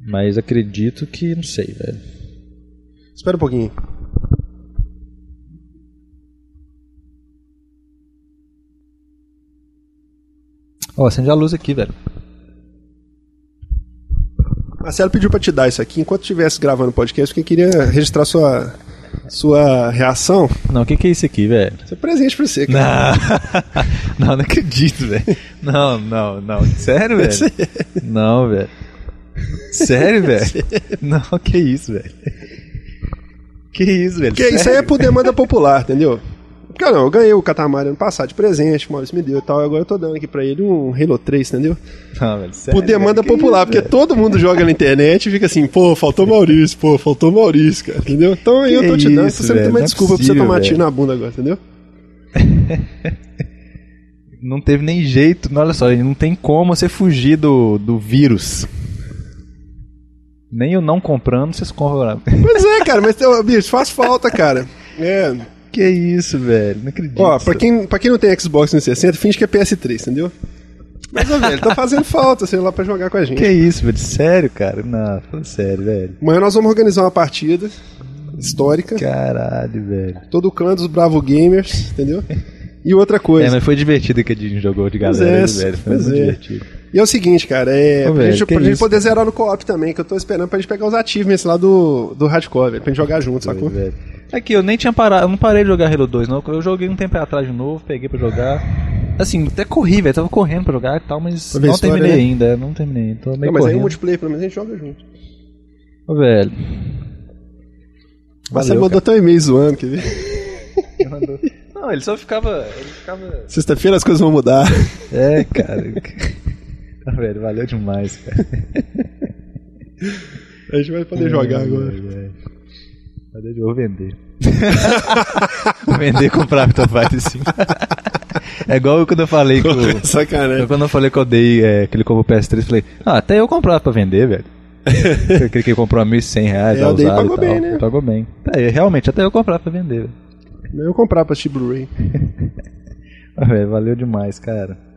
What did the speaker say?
Mas acredito que. Não sei, velho. Espera um pouquinho. Ó, acende a luz aqui, velho. Marcelo pediu pra te dar isso aqui enquanto estivesse gravando o podcast, porque queria registrar sua, sua reação. Não, o que, que é isso aqui, velho? Isso é presente pra você, cara. Não. não, não acredito, velho. Não, não, não. Sério, velho? é. Não, velho. Sério, velho? Não, que isso, velho. Que isso, velho? Porque isso aí é por demanda popular, entendeu? Porque não, eu ganhei o Catamari ano passado de presente, o Maurício me deu e tal, e agora eu tô dando aqui pra ele um Halo 3, entendeu? Não, velho, sério, Por demanda velho, que popular, isso, porque velho? todo mundo joga na internet e fica assim, pô, faltou Maurício, pô, faltou Maurício, cara, entendeu? Então aí eu Que tô te dando, isso, então você não velho, tem não mais é desculpa pra você possível, tomar velho. tiro na bunda agora, entendeu? Não teve nem jeito. Não, olha só, não tem como você fugir do, do vírus. Nem eu não comprando, vocês compram. Pois é, cara, mas, ô, bicho, faz falta, cara. É. Que isso, velho? Não acredito. Ó, pra quem, pra quem não tem Xbox 360, finge que é PS3, entendeu? Mas, ô, velho, tá fazendo falta, sei lá, pra jogar com a gente. Que isso, velho? Sério, cara? Não, fala sério, velho. Amanhã nós vamos organizar uma partida histórica. é Caralho, velho. Todo canto dos Bravo Gamers, entendeu? E outra É, coisa. mas foi divertido que a gente jogou de Pois galera, é, né, velho. Foi pois muito é. divertido. E é o seguinte, cara, é. Ô, pra velho, gente, que pra gente isso, poder zerar no co-op também, que eu tô esperando pra gente pegar os achievements lá do, do hardcore, velho, pra gente jogar junto, sacou? Pois, é. velho. Aqui, eu nem tinha parado, eu não parei de jogar Halo 2, não. Eu joguei um tempo atrás de novo, peguei pra jogar. Assim, até corri, velho. Tava correndo pra jogar e tal, mas Pra ver não a história, terminei né? ainda. Não terminei. ainda, Tô meio Não, mas aí o correndo. multiplayer, pelo menos, a gente joga junto. Ô, velho. Mas você Valeu, mandou teu e-mail zoando, quer ver? Não, ele só ficava. Ele ficava. Sexta-feira as coisas vão mudar. É, cara. Ô, velho, valeu demais, cara. A gente vai poder jogar agora. Cadê eu vou vender? vou vender e comprar Vitor Fighter 5. é igual quando eu falei que o- Sacanagem. Então, quando eu falei que eu dei é, aquele combo PS3, eu falei, ah, até eu comprava pra vender, velho. Aquele que comprou a 1.100 reais, É, tá o dele usado e pagou tal. bem, né? Pagou bem. Tá, e realmente, até eu comprava pra vender. velho. Eu comprar pra assistir Blu-ray. Ah, velho, valeu demais, cara.